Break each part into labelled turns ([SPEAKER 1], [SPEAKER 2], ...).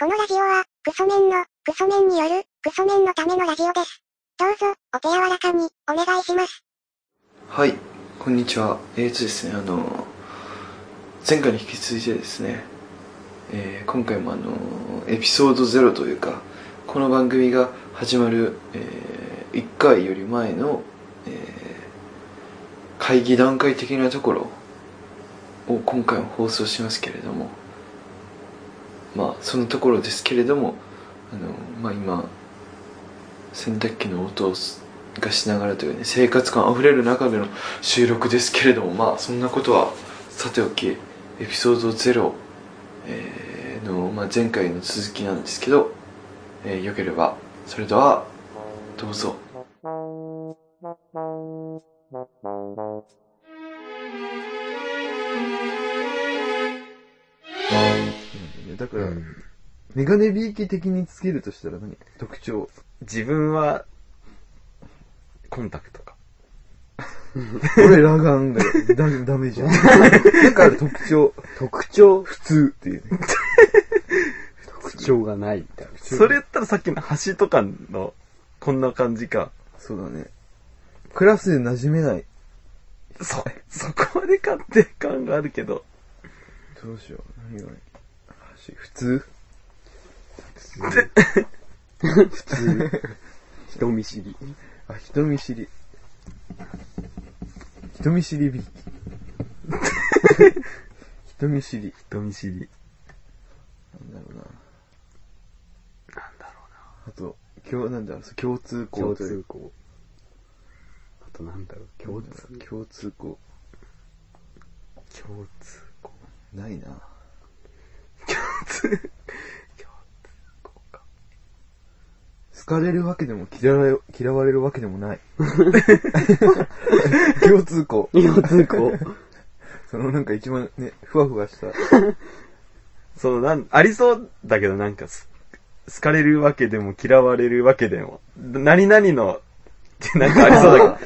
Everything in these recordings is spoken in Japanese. [SPEAKER 1] このラジオは、クソメンの、クソメンによる、クソメンのためのラジオです。どうぞ、お手柔らかに、お願いします。
[SPEAKER 2] はい、こんにちは。えーとですね、あの、前回に引き続いてですね、えー今回もあの、エピソード0というか、この番組が始まる、え1回より前の、えー会議段階的なところを今回も放送しますけれども、まあ、そのところですけれども、あの、まあ今、洗濯機の音をすがしながらというね生活感あふれる中での収録ですけれどもまあそんなことはさておきエピソード0、えーの、まあ、前回の続きなんですけど、えーよければそれではどうぞ
[SPEAKER 3] いやだから、メガネビーキ的につけるとしたら何特徴。
[SPEAKER 4] 自分は、コンタクトか。
[SPEAKER 3] 俺ラガ ンだよ。ダダメじゃん。だから特徴。
[SPEAKER 5] 特徴、
[SPEAKER 3] 普通って いうね。
[SPEAKER 5] 特徴がないみたいな。
[SPEAKER 4] それやったらさっきの橋とかの、こんな感じか。
[SPEAKER 3] そうだね。クラスで馴染めない。
[SPEAKER 4] そ、そこまでかって感があるけど。
[SPEAKER 3] どうしよう。何がいい箸普通
[SPEAKER 5] 普通。 人見知り。
[SPEAKER 3] あ、人見知り。人見知りビーキ。人見知り。
[SPEAKER 4] 人見知り。
[SPEAKER 3] なんだろうな。なんだろうな。あと、共、なんだろう、そう共通項
[SPEAKER 5] 共
[SPEAKER 3] という
[SPEAKER 5] 通項。あとなんだろう、共通。
[SPEAKER 3] 共通項。
[SPEAKER 4] 共通項。
[SPEAKER 3] ないな。
[SPEAKER 4] 共通。
[SPEAKER 3] 好かれるわけでも嫌われ嫌われるわけで もない。共通項。
[SPEAKER 5] 共通項。
[SPEAKER 3] そのなんか一番ね、ふわふわした。
[SPEAKER 4] そのなん、ありそうだけどなんかす、好かれるわけでも嫌われるわけでも、何々の、ってなんかありそうだ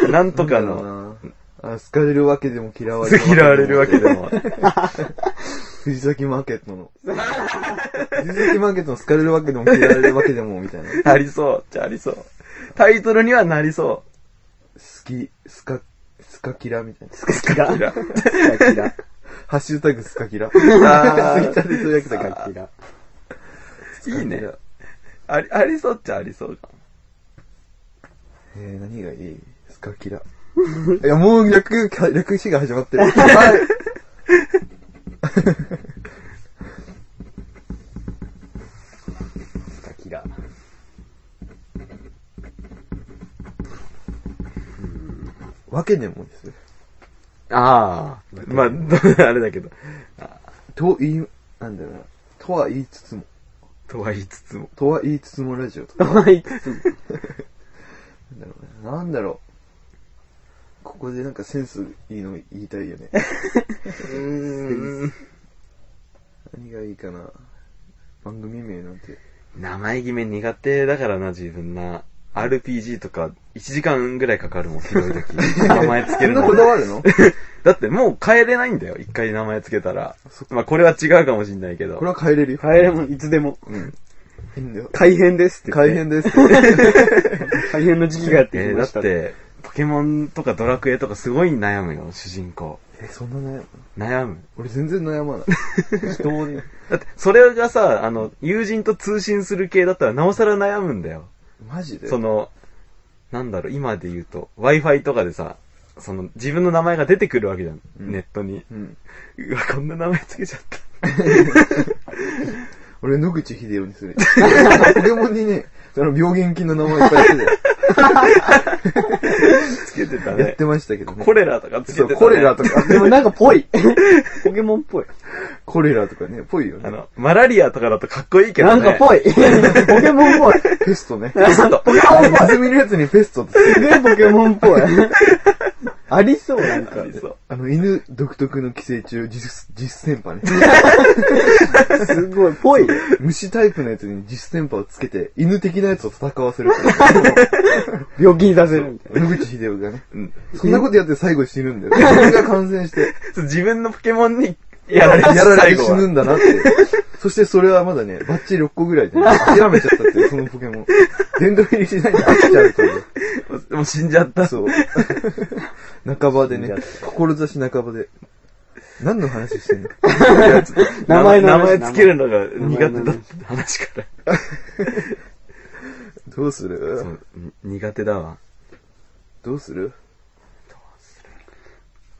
[SPEAKER 4] けど、 なんとかの、
[SPEAKER 3] の。あ、好かれるわけでも嫌われる。
[SPEAKER 4] 嫌われるわけで。も。
[SPEAKER 3] 藤崎マーケットの。藤崎マーケットの好かれるわけでも嫌われるわけでも、みたいな。好
[SPEAKER 4] ありそう、じゃあありそう。タイトルにはなりそ
[SPEAKER 3] き、スカ、スカキラみたいな。
[SPEAKER 5] スカキラ。
[SPEAKER 4] う。いや
[SPEAKER 5] スカキ ラ。
[SPEAKER 3] ハッシュタグスカキラ。ツイッターでつぶやく
[SPEAKER 5] ス
[SPEAKER 3] だけ
[SPEAKER 5] カキラ。
[SPEAKER 4] いいね。あり、ありそうっちゃありそうか。
[SPEAKER 3] えー、何がいいスカキラ。いや、もう略、略詞が始まってる。 はい。
[SPEAKER 5] スカキラ。
[SPEAKER 3] わけでもですよ。
[SPEAKER 4] ああ。まあ、どあれだけど。
[SPEAKER 3] と言い、なんだろうな。とは言いつつも。
[SPEAKER 4] とは言いつつも。
[SPEAKER 3] とは言いつつもラジオとか。
[SPEAKER 5] はい。
[SPEAKER 3] なんだろうな。なんだろう。ここでなんかセンスいいの言いたいよね。
[SPEAKER 4] うーん。
[SPEAKER 3] 何がいいかな。番組名なんて。
[SPEAKER 4] 名前決め苦手だからな、自分な。RPG とか1時間ぐらいかかるもん、ひどい 時。名前つけ
[SPEAKER 3] そ
[SPEAKER 4] る
[SPEAKER 3] んな
[SPEAKER 4] の
[SPEAKER 3] こ。だわるの
[SPEAKER 4] だってもう変えれないんだよ、一回名前つけたら
[SPEAKER 3] そっ。か
[SPEAKER 4] まあこれは違うかもしんないけど
[SPEAKER 3] これ。は変えれるよ。
[SPEAKER 5] 帰れも、いつでも。
[SPEAKER 3] いいんだよ。
[SPEAKER 5] 改変ですって言っ
[SPEAKER 3] 改
[SPEAKER 5] て。
[SPEAKER 3] 変ですって。
[SPEAKER 5] 改変の時期がやって
[SPEAKER 4] え
[SPEAKER 5] き
[SPEAKER 4] ー
[SPEAKER 5] ま
[SPEAKER 4] だ
[SPEAKER 5] した。
[SPEAKER 4] っ。て、ポケモンとかドラクエとかすごい悩むよ、主人公。
[SPEAKER 3] え、そんな悩む
[SPEAKER 4] 悩む。
[SPEAKER 3] 俺全然悩まない。
[SPEAKER 5] 人を ね、
[SPEAKER 4] だって、それがさ、あの、友人と通信する系だったらなおさら悩むんだよ。
[SPEAKER 3] マジで
[SPEAKER 4] その、なんだろう、今で言うと、Wi-Fi とかでさ、その、自分の名前が出てくるわけじゃん。
[SPEAKER 3] うん
[SPEAKER 4] ネットに。
[SPEAKER 3] うん。
[SPEAKER 4] うわ、こんな名前つけちゃった。
[SPEAKER 3] 俺野口秀夫にする。 ポケモンにね、その病原菌の名前いっぱいつけて
[SPEAKER 4] つけてた
[SPEAKER 3] やっ
[SPEAKER 4] ね。
[SPEAKER 3] てましたけどね。
[SPEAKER 4] コレラとかつけ
[SPEAKER 3] そ
[SPEAKER 4] てた、
[SPEAKER 3] う、
[SPEAKER 4] ね。
[SPEAKER 3] コレラとか、
[SPEAKER 5] でもなんかぽい。ポケモンっぽい。
[SPEAKER 3] コレラとかね、ぽいよ
[SPEAKER 4] あ
[SPEAKER 3] ね。
[SPEAKER 4] の、マラリアとかだとかっこいいけど
[SPEAKER 5] な
[SPEAKER 4] ね。
[SPEAKER 5] んかぽい。ポケモンっぽい。
[SPEAKER 3] ペストね。
[SPEAKER 4] ちょっと、
[SPEAKER 3] 水見るやつにペストって
[SPEAKER 5] すげえポケモンっぽい。あり そう、なんか。
[SPEAKER 4] そう。
[SPEAKER 3] あの、犬独特の寄生虫、実、実戦波ね。
[SPEAKER 5] すごい、ぽい。
[SPEAKER 3] 虫タイプのやつに実戦波をつけて、犬的なやつを戦わせる。
[SPEAKER 5] 病気にさせるみたい
[SPEAKER 3] 野口秀夫がね。
[SPEAKER 4] うん
[SPEAKER 3] そんなことやって最後死ぬんだよ。それが感染して。
[SPEAKER 4] そう自分のポケモンにやられ
[SPEAKER 3] やられ
[SPEAKER 4] 最
[SPEAKER 3] て
[SPEAKER 4] 後
[SPEAKER 3] 死ぬ
[SPEAKER 4] は。
[SPEAKER 3] んだなって。そしてそれはまだね、バッチリ6個ぐらいで、ね、諦めちゃったっていう、そのポケモン。電動入りしないで飽きちゃうという。
[SPEAKER 4] もう死んじゃ った。
[SPEAKER 3] そう。半ばでね、志半ばで。何の話してんの
[SPEAKER 5] 名前の
[SPEAKER 4] 名
[SPEAKER 5] 話
[SPEAKER 4] 前つけるのが苦手だって話から。
[SPEAKER 3] どうする
[SPEAKER 4] そう苦手だわ。
[SPEAKER 3] どうする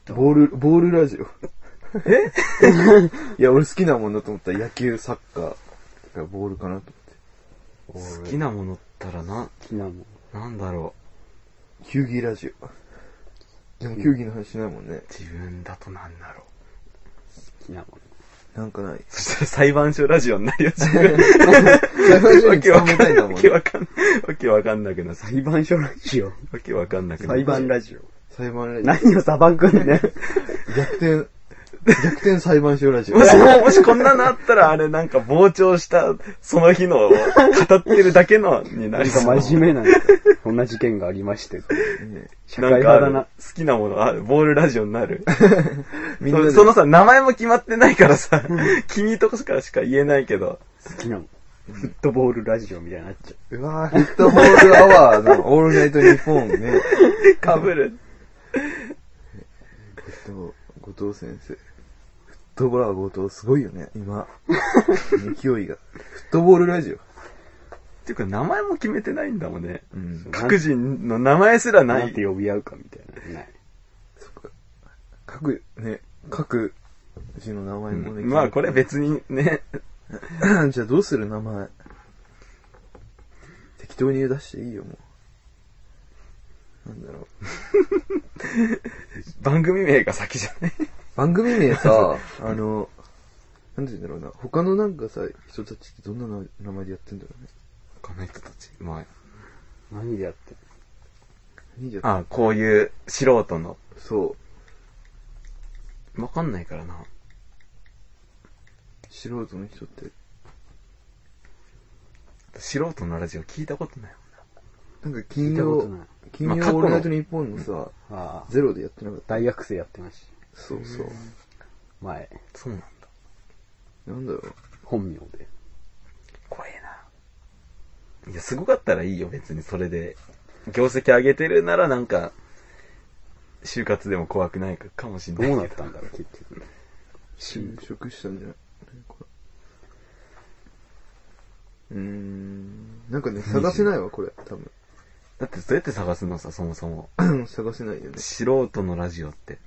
[SPEAKER 3] ボール、ボールラジオ。え いや、俺好きなもんだと思ったら野球、サッカー、だからボールかなと思って。
[SPEAKER 4] 好きなものったらな、
[SPEAKER 5] 好きなもん。
[SPEAKER 4] なんだろ
[SPEAKER 3] 球技ラジオ。でも球技の話しないもんね。
[SPEAKER 4] う。自分だとなんだろう。
[SPEAKER 5] 好きなもん。
[SPEAKER 3] なんかない。
[SPEAKER 4] そしたら裁判所ラジオになるよ、自
[SPEAKER 3] 裁判所
[SPEAKER 4] わ
[SPEAKER 3] に
[SPEAKER 4] け
[SPEAKER 3] 勤
[SPEAKER 4] わか
[SPEAKER 3] め
[SPEAKER 4] ん
[SPEAKER 3] た
[SPEAKER 4] ないい。
[SPEAKER 3] んだもん
[SPEAKER 4] わけ
[SPEAKER 3] ね。
[SPEAKER 4] わかんない。わけわかんなくなった。
[SPEAKER 5] 裁判所ラジオ。
[SPEAKER 4] わけわかんなくな
[SPEAKER 5] 裁判
[SPEAKER 4] ラ
[SPEAKER 5] ラジオ。
[SPEAKER 3] 裁判ラジ
[SPEAKER 5] 何を裁くんね。
[SPEAKER 3] オ。逆転、逆転裁判所ラジオ。
[SPEAKER 4] もし、もしこんなのあったら、あれなんか傍聴した、その日の、語ってるだけの、にな
[SPEAKER 5] なん
[SPEAKER 4] りそう。
[SPEAKER 5] か真面目なんだ。こんな事件がありまして。
[SPEAKER 3] ね
[SPEAKER 5] 社会
[SPEAKER 4] なんかあ
[SPEAKER 5] 派だ
[SPEAKER 4] る
[SPEAKER 5] な。
[SPEAKER 4] 好きなもの、あ、ボールラジオになる。
[SPEAKER 3] みんなで
[SPEAKER 4] そそのさ、名前も決まってないからさ、君とかしか言えないけど、
[SPEAKER 5] 好きなもん。フットボールラジオみたいになっちゃ
[SPEAKER 3] うわぁ、フットボールアワーのオールナイトニッポンね。
[SPEAKER 4] 被る。
[SPEAKER 3] えっと、後藤先生。フットボラー後藤すごいよね、今。勢いが。フットボールラジオ。
[SPEAKER 4] っていうか、名前も決めてないんだもんね。
[SPEAKER 3] うん。
[SPEAKER 4] 各人の名前すら
[SPEAKER 5] う。
[SPEAKER 4] な
[SPEAKER 5] ないん。て呼び合うかみたいな。ない。
[SPEAKER 3] そっか各、ね、各、うちの名前もね。
[SPEAKER 4] まあ、これ別にね、
[SPEAKER 3] じゃあどうする名前。適当に出していいよ、もう。なんだろう。
[SPEAKER 4] 番組名が先じゃない。
[SPEAKER 3] 番組名 さ、あの、なんて言うんだろうな。他のなんかさ、人たちってどんな名名前でやってんだろうね。
[SPEAKER 4] この人たち。まあ、
[SPEAKER 5] 何でやってん
[SPEAKER 3] いいじゃん。
[SPEAKER 4] あこういう素人の。
[SPEAKER 3] そう。
[SPEAKER 4] わかんないからな。
[SPEAKER 3] 素人の人って、
[SPEAKER 4] 素人のラジオ聞いたことない
[SPEAKER 3] なんか金
[SPEAKER 5] 聞いたこと
[SPEAKER 3] 曜
[SPEAKER 5] ない、
[SPEAKER 3] 金
[SPEAKER 4] まあ
[SPEAKER 3] 曜
[SPEAKER 4] 過去の
[SPEAKER 3] オールナイトニッポンのさ、
[SPEAKER 5] ああ。
[SPEAKER 3] ゼロでやってなかった。
[SPEAKER 5] 大学生やってまし
[SPEAKER 3] そうそう。
[SPEAKER 5] 前。
[SPEAKER 4] そうなんだ。
[SPEAKER 3] なんだろう。
[SPEAKER 5] 本名で。
[SPEAKER 4] 怖えな。いや、すごかったらいいよ、別にそれで。業績上げてるならなんか、就活でも怖くないかかもしんない
[SPEAKER 5] どうな
[SPEAKER 4] け
[SPEAKER 5] っ
[SPEAKER 4] ど。
[SPEAKER 5] たんだろう、結局。
[SPEAKER 3] 就職したんじゃないこれうーん。なんかね、探せないわ、これ。多
[SPEAKER 4] だってどうやって探すのさ、そもそも。
[SPEAKER 3] 分。探せないよね。
[SPEAKER 4] 素人のラジオって。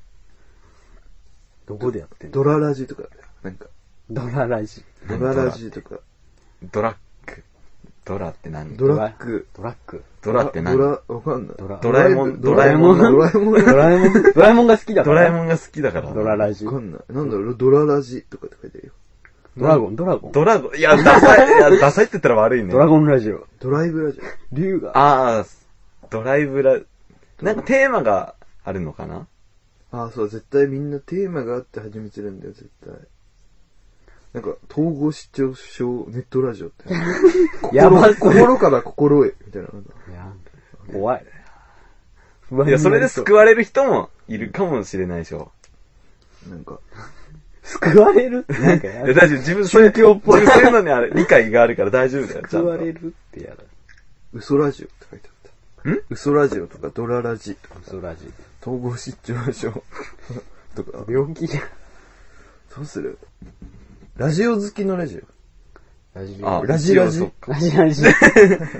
[SPEAKER 5] どこでやってんの
[SPEAKER 3] ドララジとか、なんか、
[SPEAKER 5] ドララジ。
[SPEAKER 3] ドララジとか、
[SPEAKER 4] ドラッグ。ドラって何
[SPEAKER 3] ドラッグ。
[SPEAKER 5] ドラッグ。
[SPEAKER 4] ドラって何
[SPEAKER 3] ド
[SPEAKER 4] ド
[SPEAKER 3] ラ、わかんない。
[SPEAKER 5] ドラ
[SPEAKER 4] ドラえもん
[SPEAKER 3] ドラえ
[SPEAKER 5] ドラえ
[SPEAKER 3] も
[SPEAKER 5] も
[SPEAKER 3] ん。
[SPEAKER 5] ん
[SPEAKER 3] ドラえもん。わ
[SPEAKER 5] ドラえもん、ドラえもんが好きだから。
[SPEAKER 4] ラえもんが好きだから。
[SPEAKER 5] ドララジ。
[SPEAKER 3] かんない。なんだろう、ドララジとかって書いてあるよ。
[SPEAKER 5] ドラゴン、ドラゴン。
[SPEAKER 4] ドラゴン、いや、ダサい、いや、ダサいって言ったら悪いね。
[SPEAKER 5] ドラゴンラジオ。
[SPEAKER 3] ドライブラジ
[SPEAKER 5] 竜が。
[SPEAKER 4] ああ、ドライブラ、なんかテーマがあるのかな
[SPEAKER 3] オ。ああ、そう、絶対みんなテーマがあって始めてるんだよ、絶対。なんか、統合失調症ネットラジオって。
[SPEAKER 5] やば
[SPEAKER 3] 心心から心へ、みたいな。
[SPEAKER 5] いや怖い。不安
[SPEAKER 4] い
[SPEAKER 5] になり
[SPEAKER 4] や、
[SPEAKER 5] う
[SPEAKER 4] それで救われる人もいるかもしれないでしょ。
[SPEAKER 3] なんか、
[SPEAKER 5] 救われるなんか
[SPEAKER 4] い
[SPEAKER 5] や
[SPEAKER 4] や、
[SPEAKER 5] だ
[SPEAKER 4] 大丈夫、自分、そういう、
[SPEAKER 5] 宗教っぽい
[SPEAKER 4] 自分そういうのにあれ理解があるから大丈夫だよ、ちゃん
[SPEAKER 5] 救
[SPEAKER 4] と。
[SPEAKER 5] われるってやだ。
[SPEAKER 3] 嘘ラジオって書いてあった。
[SPEAKER 4] ん
[SPEAKER 3] 嘘ラジオとかドララジとか、
[SPEAKER 5] 嘘ラジ。
[SPEAKER 3] 統合失調症 とか、
[SPEAKER 5] 病気じゃん。
[SPEAKER 3] どうするラジオ好きのラジオ。
[SPEAKER 5] ラジ
[SPEAKER 4] あ、
[SPEAKER 3] ラジラジ
[SPEAKER 4] 一応そっか
[SPEAKER 5] ラジラジ。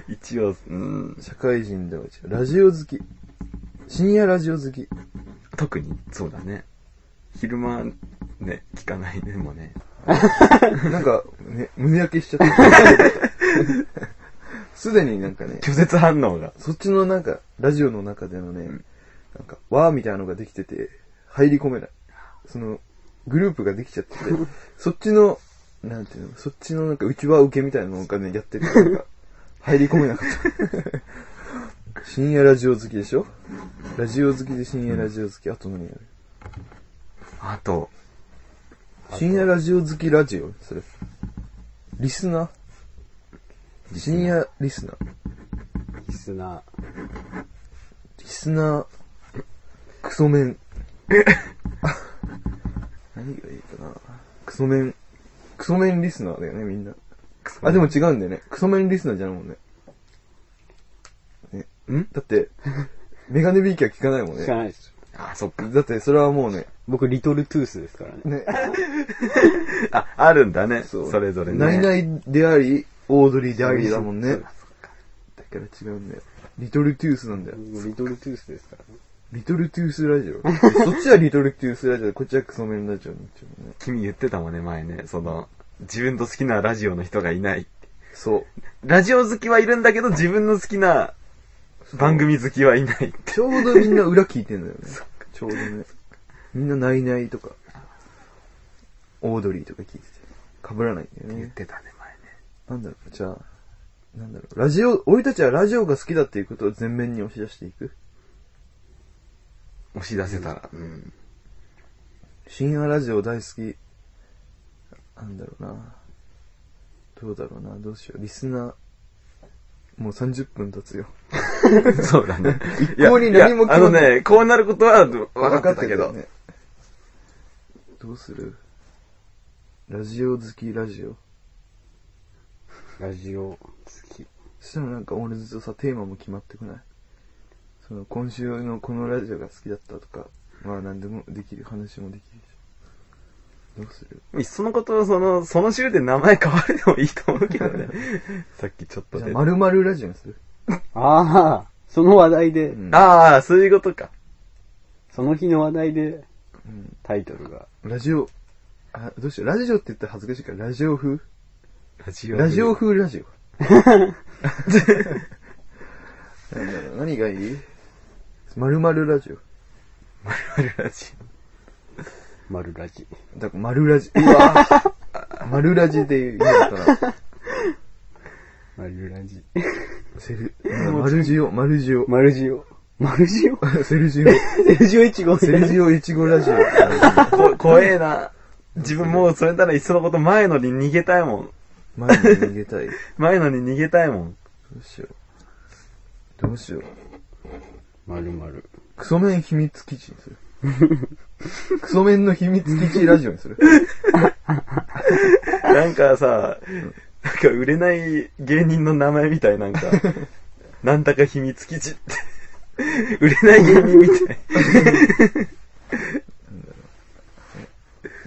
[SPEAKER 4] 一応、うん、
[SPEAKER 3] 社会人では違う。ラジオ好き。深夜ラジオ 好き。
[SPEAKER 4] 特に、そうだね。昼間、ね、聞かないね、もうね。
[SPEAKER 3] なんか、ね、胸焼けしちゃった。 すでになんかね、
[SPEAKER 4] 拒絶反応が。
[SPEAKER 3] そっちのなんか、ラジオの中でのね、なんか、わーみたいなのができてて、入り込めない。その、グループができちゃってて、 そっちの、なんていうの、そっちのなんか、内輪受けみたいなのがね、やってて、なんか、入り込めなか った。深夜ラジオ好きでしょラジオ好きで深夜ラジオ好き、あと何やる
[SPEAKER 4] あと、
[SPEAKER 3] 深夜ラジオ好きラジオそれ。リスナー深夜リスナー。
[SPEAKER 5] リスナ
[SPEAKER 3] リスナー、クソメン。なん 何がいいかな。クソメン、クソメンリスナーだよね、みんな。あ、でも違うんだよね。クソメンリスナーじゃないもんね。ね
[SPEAKER 4] ん
[SPEAKER 3] だって、メガネビーキは聞かないもん
[SPEAKER 6] 聞か
[SPEAKER 3] ね。
[SPEAKER 6] ないです。
[SPEAKER 4] あ、そっか。
[SPEAKER 3] だってそれはもうね、
[SPEAKER 6] 僕、リトルトゥースですからね。
[SPEAKER 3] ね、
[SPEAKER 4] あ、あるんだね。
[SPEAKER 3] そ
[SPEAKER 4] そうれぞれね。
[SPEAKER 3] 何々であり、オードリーでありだもん
[SPEAKER 4] そ
[SPEAKER 3] ね
[SPEAKER 4] う。だそうだ
[SPEAKER 3] だから違うんだよ。リトルトゥースなんだよ。
[SPEAKER 6] リトルトゥースですからね。
[SPEAKER 3] リトルトゥースラジオ。そっちはリトルトゥースラジオで、こっちはクソメンラジオになっちゃうもんね。
[SPEAKER 4] 君言ってたもんね、前ね。その、自分と好きなラジオの人がいない。
[SPEAKER 3] そう。
[SPEAKER 4] ラジオ好きはいるんだけど、自分の好きな番組好きはいない。
[SPEAKER 3] ちょうどみんな裏聞いてんだよね。ちょうどね。みんなナイナイとか、オードリーとか聞いてて、被らないんだよ
[SPEAKER 4] 言っ
[SPEAKER 3] ね。
[SPEAKER 4] てたね、前ね。
[SPEAKER 3] なんだろう、じゃあ、なんだろう、ラジオ、俺たちはラジオが好きだっていうことを前面に押し出していく。
[SPEAKER 4] 押し出せたら。うん。
[SPEAKER 3] 深夜ラジオ大好き。なんだろうな。どうだろうな、どうしよう。リスナー、もう30分経つよ。
[SPEAKER 4] そうだね。い
[SPEAKER 3] 向に何も
[SPEAKER 4] いやあのね、こうなることは分かってたけ
[SPEAKER 3] わ
[SPEAKER 4] ど。
[SPEAKER 3] かってたよねどうするラジオ好きラジオ。
[SPEAKER 6] ラジオ好き。
[SPEAKER 3] そしたらなんか俺ずっとさ、テーマも決まってこないその、今週のこのラジオが好きだったとか、まあ何でもできる話もできるし。どうする
[SPEAKER 4] いっそのことは、その、その週で名前変わるでもいいと思うけどね。さっきちょっと
[SPEAKER 3] じゃあ、
[SPEAKER 4] で。
[SPEAKER 3] まるまるラジオにする
[SPEAKER 6] ああ、その話題で、
[SPEAKER 3] うん
[SPEAKER 4] ああ、そういうこと か。
[SPEAKER 6] その日の話題で
[SPEAKER 3] うん、
[SPEAKER 6] タイトルが。
[SPEAKER 3] ラジオ、あ、どうしよう。ラジオって言ったら恥ずかしいから、ラジオ風
[SPEAKER 4] ラジ
[SPEAKER 3] ラジオ風ラジオ。なんだろう、何がいいまるまるラジオ。
[SPEAKER 4] ラジ
[SPEAKER 6] 丸ラジ。
[SPEAKER 3] だから、丸ラジ、うわぁ丸ラジで言うから、
[SPEAKER 6] 丸ラジ。
[SPEAKER 3] セル、丸ジオ、丸ジオ、
[SPEAKER 6] 丸ジオ。丸ジ オ
[SPEAKER 3] セルジオ。
[SPEAKER 6] セルジオ一号
[SPEAKER 3] セルジオイチゴラジオ。
[SPEAKER 4] オ。こ怖えな。自分もうそれならいっそのこと前のに逃げたいもん。
[SPEAKER 3] 前に逃げたい。ど
[SPEAKER 4] 前のに逃げたいもん。
[SPEAKER 3] うしよう。どうしよう。
[SPEAKER 6] 丸丸。
[SPEAKER 3] クソメン秘密基地にする。クソメンの秘密基地ラジオにする。
[SPEAKER 4] なんかさ、なんか売れない芸人の名前みたいなんか、 なんだか秘密基地って。売れない芸人みたい。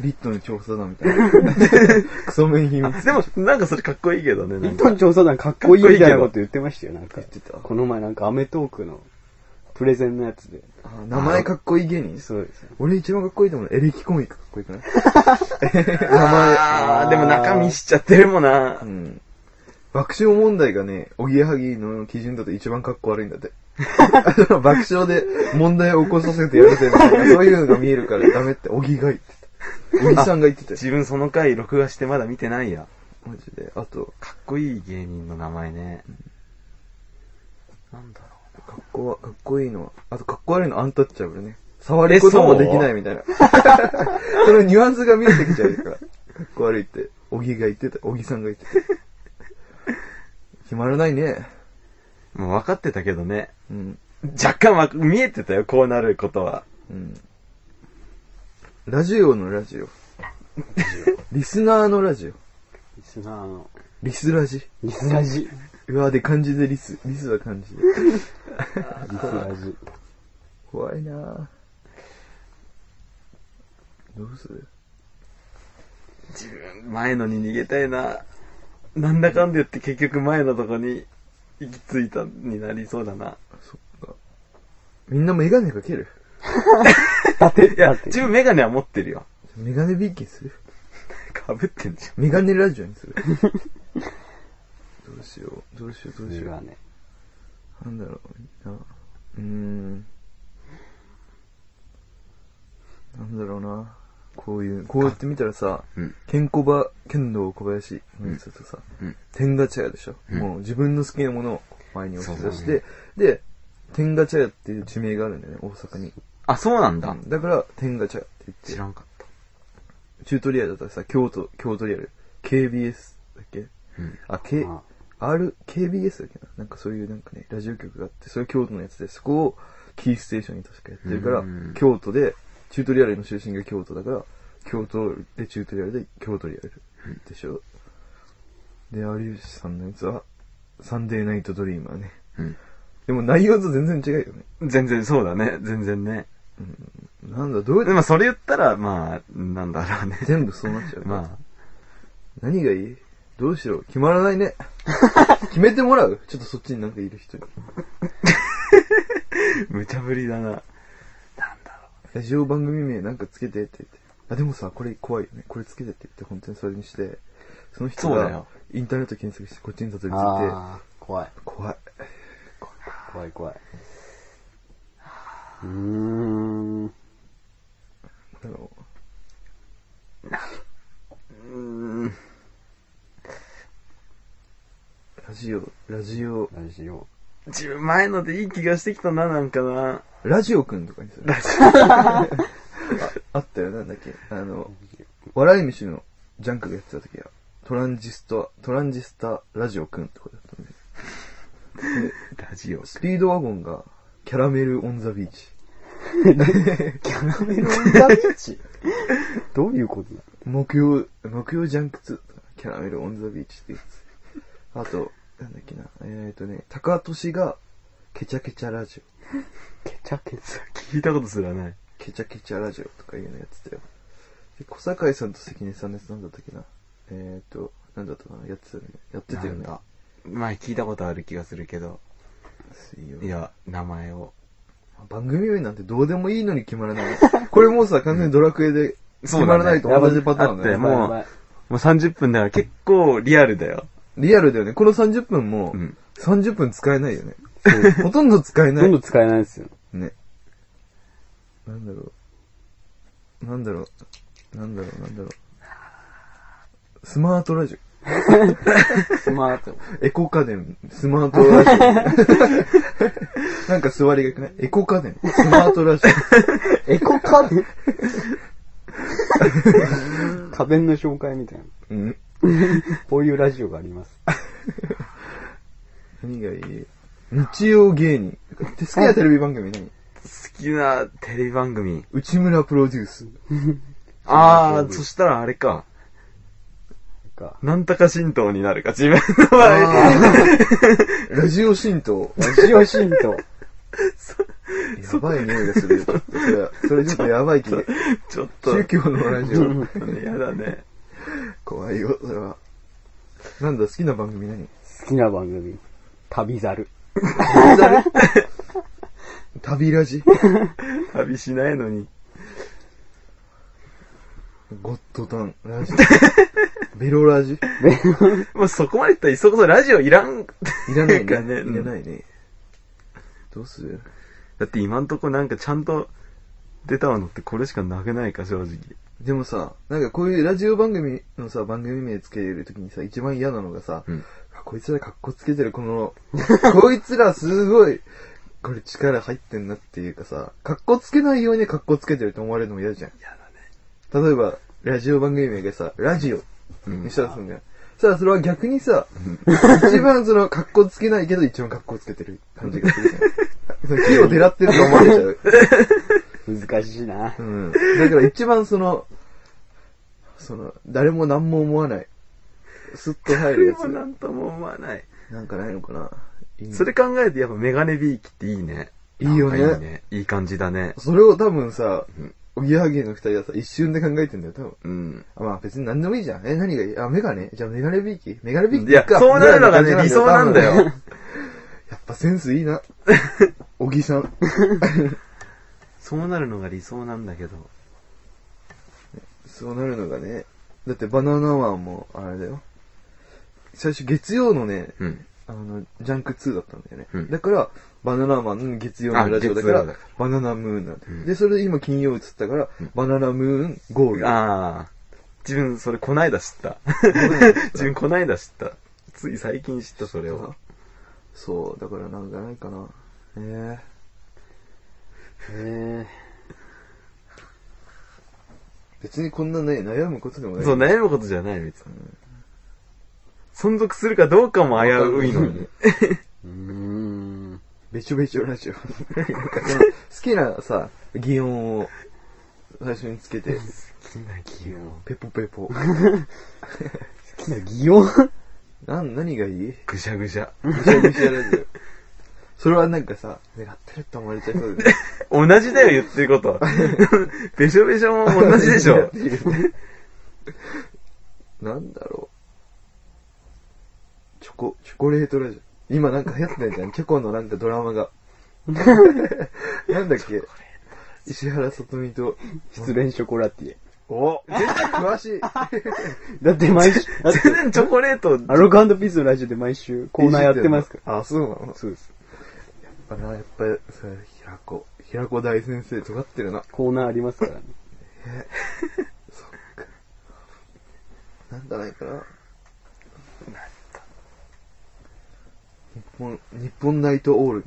[SPEAKER 3] リットの調査団みたいな。クソメン秘密基地。
[SPEAKER 4] でも、なんかそれかっこいいけどね。な
[SPEAKER 6] 一
[SPEAKER 4] んか
[SPEAKER 6] トン調査団かっこいいみたいなこと言ってましたよ、なんか。
[SPEAKER 3] 言ってた
[SPEAKER 6] この前なんかアメトークのプレゼンのやつで。
[SPEAKER 3] あ名前かっこいい芸人
[SPEAKER 6] そうですよ。
[SPEAKER 3] 俺一番かっこいいと思うのエレキコミックかっこいいくない
[SPEAKER 4] あーでも中身しちゃってるもんな
[SPEAKER 3] う。ん。爆笑問題がね、おぎやはぎの基準だと一番かっこ悪いんだって。爆笑で問題を起こさせてやるぜみたいな、そういうのが見えるからダメって、おぎが言ってた。おぎさんが言っ てたよ。
[SPEAKER 4] 自分その回録画してまだ見てないや。
[SPEAKER 3] マジで。あと、
[SPEAKER 4] かっこいい芸人の名前ね。なんだろ
[SPEAKER 3] かっこは、かっこいいのは、あとかっこ悪いのアンタッチャブルね。触ることもできないみたいな。そのニュアンスが見えてきちゃうから。かっこ悪いって、おぎが言ってた、おぎさんが言ってた。決まらないね。
[SPEAKER 4] う。もう分かってたけどね。
[SPEAKER 3] うん。
[SPEAKER 4] 若干わ見えてたよ、こうなることは。
[SPEAKER 3] うん。ラジオのラジオ。リスナーのラジオ。
[SPEAKER 6] リスナーの。
[SPEAKER 3] リスラジ。
[SPEAKER 6] リスラジ。リ
[SPEAKER 3] うわで漢字でリス、リスは漢字で。
[SPEAKER 6] スラジ。
[SPEAKER 3] 怖いなぁ。どうする
[SPEAKER 4] 自分、前のに逃げたいな。なんだかんだ言って結局前のとこに行き着いたになりそうだな。
[SPEAKER 3] みんなメガネかける
[SPEAKER 4] いや、自分メガネは持ってるよ。
[SPEAKER 3] メガネビーキにする
[SPEAKER 4] かぶってんじゃん。
[SPEAKER 3] メガネラジオに するどうしよう、どうしよう、どうし
[SPEAKER 6] メ
[SPEAKER 3] よ
[SPEAKER 6] ガネ。
[SPEAKER 3] う。なんだろうな。うーん。なんだろうな。こういう、こうやって見たらさ、
[SPEAKER 4] うん
[SPEAKER 3] ケンコバ、剣道小林のやつだとさ、
[SPEAKER 4] うん
[SPEAKER 3] 天ガチャ屋でしょ、
[SPEAKER 4] ん
[SPEAKER 3] もう自分の好きなものを前に押し出し
[SPEAKER 4] そう
[SPEAKER 3] て、で、天ガチャ屋っていう地名があるんだよね、大阪に。
[SPEAKER 4] あ、そうなんだ。
[SPEAKER 3] うんだから、天ガチャ屋って言って
[SPEAKER 4] 知、らんかった。
[SPEAKER 3] チュートリアルだったらさ、京都、京都リアル。KBS だっけ
[SPEAKER 4] うん
[SPEAKER 3] あ、K、
[SPEAKER 6] あ
[SPEAKER 3] R、KBS だっけななんかそういうなんかね、ラジオ局があって、それ京都のやつで、そこをキーステーションに確かやってるから
[SPEAKER 4] うん、
[SPEAKER 3] 京都で、チュートリアルの出身が京都だから、京都でチュートリアルで京都リアルでしょ。で、有吉さんのやつは、サンデーナイトドリーマーね。
[SPEAKER 4] うん
[SPEAKER 3] でも内容と全然違うよね。
[SPEAKER 4] 全然そうだね。全然ね。
[SPEAKER 3] なんだ、どうやっ
[SPEAKER 4] で
[SPEAKER 3] て
[SPEAKER 4] もそれ言ったら、まあ、なんだろうね。
[SPEAKER 3] 全部そうなっちゃう、ね。
[SPEAKER 4] ま
[SPEAKER 3] 何がいいどうしよう決まらないね。 決めてもらうちょっとそっちになんかいる人に。
[SPEAKER 4] あ、無茶ぶりだな。
[SPEAKER 3] ラジオ番組名なんかつけてって言って。あ、でもさ、これ怖いよね。これつけてって言って、本当にそれにして、その人
[SPEAKER 4] そうだ
[SPEAKER 3] が
[SPEAKER 4] よ
[SPEAKER 3] インターネット検索してこっちにたどり着いて、
[SPEAKER 6] ああ、怖い。
[SPEAKER 3] 怖い。
[SPEAKER 6] 怖い怖い。うーん。
[SPEAKER 3] あの
[SPEAKER 4] うーん。
[SPEAKER 3] ラジオ、ラジオ、
[SPEAKER 6] ラジオ。
[SPEAKER 4] 自分前のでいい気がしてきたな、なんかな。
[SPEAKER 3] ラジオくんとかにする。 ああったよ、なんだっけ。あの、笑い飯のジャンクがやってた時は、トランジスト、トランジスタラジオくんとかだったんで。
[SPEAKER 4] ラジオ。
[SPEAKER 3] スピードワゴンが、キャラメルオンザビーチ。
[SPEAKER 6] キャラメルオンザビーチどういうことだ
[SPEAKER 3] 木曜、木曜ジャンク2、キャラメルオンザビーチってやつ。あと、なんだっけな、えっ、ー、とね、高俊が、ケチャケチャラジオ、
[SPEAKER 6] ケチャケチャ。
[SPEAKER 4] 聞いたことすらない。
[SPEAKER 3] ケチャケチャラジオとかいうのやってたよ。で、小堺さんと関根さんのやつなんだったっけな。えっ、ー、と、なんだったかな、やってたよね。やってたよ
[SPEAKER 4] な
[SPEAKER 3] ね。
[SPEAKER 4] んだまあ、聞いたことある気がするけど。
[SPEAKER 3] 水曜
[SPEAKER 4] いや、名前を。
[SPEAKER 3] 番組名なんてどうでもいいのに決まらない。これもうさ、完全にドラクエで決まらないと同じパターンだ
[SPEAKER 4] そうだねやばい
[SPEAKER 3] よ、
[SPEAKER 4] もう
[SPEAKER 6] やばい
[SPEAKER 4] もう30分だから結構リアルだよ。
[SPEAKER 3] リアルだよね。この30分も
[SPEAKER 4] うん、
[SPEAKER 3] 30分使えないよね。ほとんど使えな
[SPEAKER 6] どん
[SPEAKER 3] い
[SPEAKER 6] ど。ん使えないですよ。
[SPEAKER 3] ね。なんだろう。なんだろう。なんだろう、なんだろう。スマートラジオ。
[SPEAKER 6] スマート。
[SPEAKER 3] エコ家電、スマートラジ オ。なんか座りがくないエコ家電、スマートラジ
[SPEAKER 6] エコ家 電家電の紹介みたいな。
[SPEAKER 3] オ。うん。
[SPEAKER 6] こういうラジオがあります。
[SPEAKER 3] 何がいい日曜芸人。手好きなテレビ番組何
[SPEAKER 4] 好きなテレビ番組。
[SPEAKER 3] 内村プロデュース。
[SPEAKER 4] ああ、そしたらあれか。
[SPEAKER 6] か
[SPEAKER 4] なんとか神道になるか、自分 の場合。
[SPEAKER 3] ラジオ神道。
[SPEAKER 6] ラジオシント。
[SPEAKER 3] やばい匂いがするよ。ちょっとそれはそれちょっとやばい気が。
[SPEAKER 4] ちょっと、
[SPEAKER 3] 宗教のラジオ。
[SPEAKER 4] やだね。
[SPEAKER 3] 怖いよ、それは。なんだ、好きな番組何
[SPEAKER 6] 好きな番組。旅猿。
[SPEAKER 3] 旅ラジ
[SPEAKER 4] 旅しないのに。
[SPEAKER 3] ゴッドタンラ ジベロラジい
[SPEAKER 4] もうそこまでいったらいっそこそラジオいらん。
[SPEAKER 3] らな
[SPEAKER 4] な
[SPEAKER 3] い
[SPEAKER 4] んか
[SPEAKER 3] ね。
[SPEAKER 4] ねうん
[SPEAKER 3] いらないね。どうする
[SPEAKER 4] だって今んとこなんかちゃんと出たのってこれしかなくないか、正直。
[SPEAKER 3] でもさ、なんかこういうラジオ番組のさ、番組名つけるときにさ、一番嫌なのがさ、
[SPEAKER 4] うん
[SPEAKER 3] あこいつら格好つけてる、この、 こいつらすごい、これ力入ってんなっていうかさ、格好つけないように格好つけてると思われるのも嫌じゃん。嫌だね。例えば、ラジオ番組名がさ、ラジオにしたらすんだよ。そしたらそれは逆にさ、一番その格好つけないけど一番格好つけてる感じがするじ ゃん。木を狙ってると思われちゃう。
[SPEAKER 6] 難しいな。
[SPEAKER 3] うん。だから一番その、その、誰も何も思わない。スッと入るや
[SPEAKER 4] もなん
[SPEAKER 3] つ。
[SPEAKER 4] とも思わない。
[SPEAKER 3] なんかないのかないい
[SPEAKER 4] それ考えてやっぱメガネビーキっていいね。
[SPEAKER 3] いいよね
[SPEAKER 4] なんかいいね。いい感じだね。
[SPEAKER 3] それを多分さ、おぎやはぎの二人はさ、一瞬で考えてんだよ、多分。
[SPEAKER 4] うん。
[SPEAKER 3] あまあ別に何でもいいじゃん。え、何がいいあ、メガネじゃあメガネビーキメガネビーキ
[SPEAKER 4] いや、
[SPEAKER 3] か
[SPEAKER 4] そうなるのが
[SPEAKER 3] み
[SPEAKER 4] ね、
[SPEAKER 3] た
[SPEAKER 4] 理
[SPEAKER 3] い感じ
[SPEAKER 4] 想なんだ。
[SPEAKER 3] 多
[SPEAKER 4] よ。
[SPEAKER 3] 分やっぱセンスい いな。おぎさん。
[SPEAKER 4] そうなるのが理想なんだけど。
[SPEAKER 3] そうなるのがね。だってバナナマンも、あれだよ。最初月曜のね、
[SPEAKER 4] うん。
[SPEAKER 3] あの、ジャンク2だったんだよね。
[SPEAKER 4] うん
[SPEAKER 3] だから、バナナマンの月曜のラジオだか
[SPEAKER 4] あ
[SPEAKER 3] ら
[SPEAKER 4] 月曜だか、
[SPEAKER 3] バナナムーンなんだよ、
[SPEAKER 4] うん
[SPEAKER 3] で、それで今金曜映ったから、バナナムーンゴールド。
[SPEAKER 4] ああ。自分、それこないだ知った。自分こないだ知った。つい最近知った、それを。
[SPEAKER 3] そう、だからなんかないかな。え
[SPEAKER 6] え
[SPEAKER 3] え別にこんなね、悩むことでもない。
[SPEAKER 4] そう、悩むことじゃない、別に。存続するかどうかも危ういのに。
[SPEAKER 6] ー、うーん。
[SPEAKER 3] べちょべちょラジオ。なんかその好きなさ、擬音を、最初につけて、
[SPEAKER 6] 好きな擬音。
[SPEAKER 3] ペポペポ。
[SPEAKER 6] 好きな擬音
[SPEAKER 3] なん、何 がいい
[SPEAKER 4] ぐしゃぐしゃ。
[SPEAKER 3] ぐしゃぐしゃラジオ。それはなんかさ、狙ってるって思われちゃいそうで。
[SPEAKER 4] 同じだよ、言ってる こと。べしょべしょも同じでしょ。
[SPEAKER 3] なんだろう。チョコ、チョコレートラジオ。今なんか流行ってないじゃん。チョコのなんかドラマ が。なんだっけ石原さとみと。
[SPEAKER 5] 失恋ショコラティエ。
[SPEAKER 3] お絶対詳しい
[SPEAKER 5] だって毎週、 だっ て
[SPEAKER 4] 全然チョコレート、
[SPEAKER 5] アロックピースのラジオで毎週 コーナーやってますから。
[SPEAKER 3] あ、そうなの
[SPEAKER 5] そうです。
[SPEAKER 3] あな、やっぱり、それ、平子。平子大先生、尖ってるな。
[SPEAKER 5] コーナーありますからね。
[SPEAKER 3] なんじゃないかな。日本、日本ナイトオール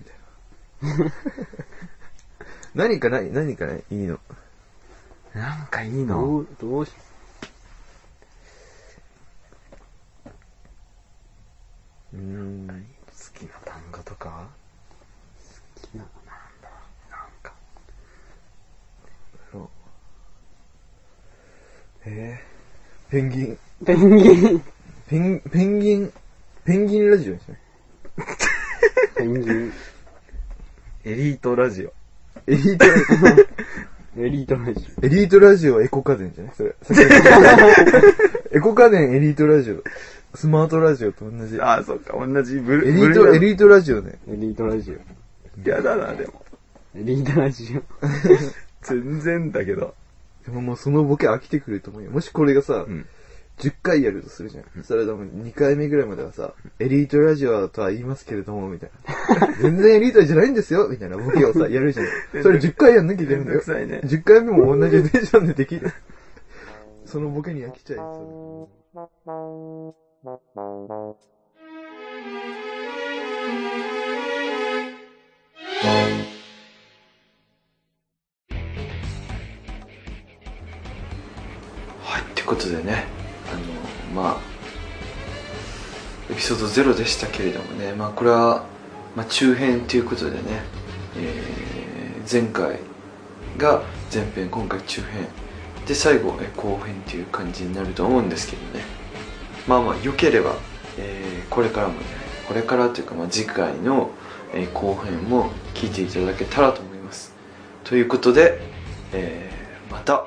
[SPEAKER 3] みたい な。何かない何かないいいの。
[SPEAKER 4] なんかいいの。
[SPEAKER 5] どう、どうし、
[SPEAKER 3] うーん。
[SPEAKER 4] 好きな単語とか
[SPEAKER 5] きな
[SPEAKER 4] なんか。
[SPEAKER 3] えー、ペンギン。
[SPEAKER 5] ペンギン。
[SPEAKER 3] ペン、ペンギン、ペンギンラジオですね。
[SPEAKER 5] ペンギン。
[SPEAKER 4] エリートラジオ。
[SPEAKER 3] エリート、
[SPEAKER 5] エリートラジ
[SPEAKER 3] エリートラジオエコ家電じゃないそれ。それ エコ家電エリートラジオ。スマートラジオと同じ。エ
[SPEAKER 4] ああ、そっか、同じブル
[SPEAKER 3] リート、エ
[SPEAKER 4] リ
[SPEAKER 3] リートラジオね。
[SPEAKER 5] オ。エリートラジオ。エ
[SPEAKER 4] ート。やだな、でも。
[SPEAKER 5] リートラジオ。
[SPEAKER 4] 全然だけど。
[SPEAKER 3] でももうそのボケ飽きてくると思うよ。もしこれがさ、
[SPEAKER 4] うん
[SPEAKER 3] 10回やるとするじゃん。そしたら多分2回目ぐらいまではさ、エリートラジオとは言いますけれども、みたいな。全然エリートじゃないんですよみたいなボケをさ、やるじゃん。それ10回やんなきゃいけないんだ
[SPEAKER 4] めん
[SPEAKER 3] よ。
[SPEAKER 4] どくさいね
[SPEAKER 3] 10回目も同じテンションでできる。そのボケに飽きちゃいそう
[SPEAKER 2] はい、ってことでね、あの、まあ、エピソード0でしたけれどもね、まあ、これは、まあ、中編ということでね、えー前回が前編、今回中編、で、最後、えー後編という感じになると思うんですけどね、まあまあ、良ければ、えーこれからもね、これからというか、まあ、次回の、えー後編も聞いていただけたらと思います。ということで、えーまた、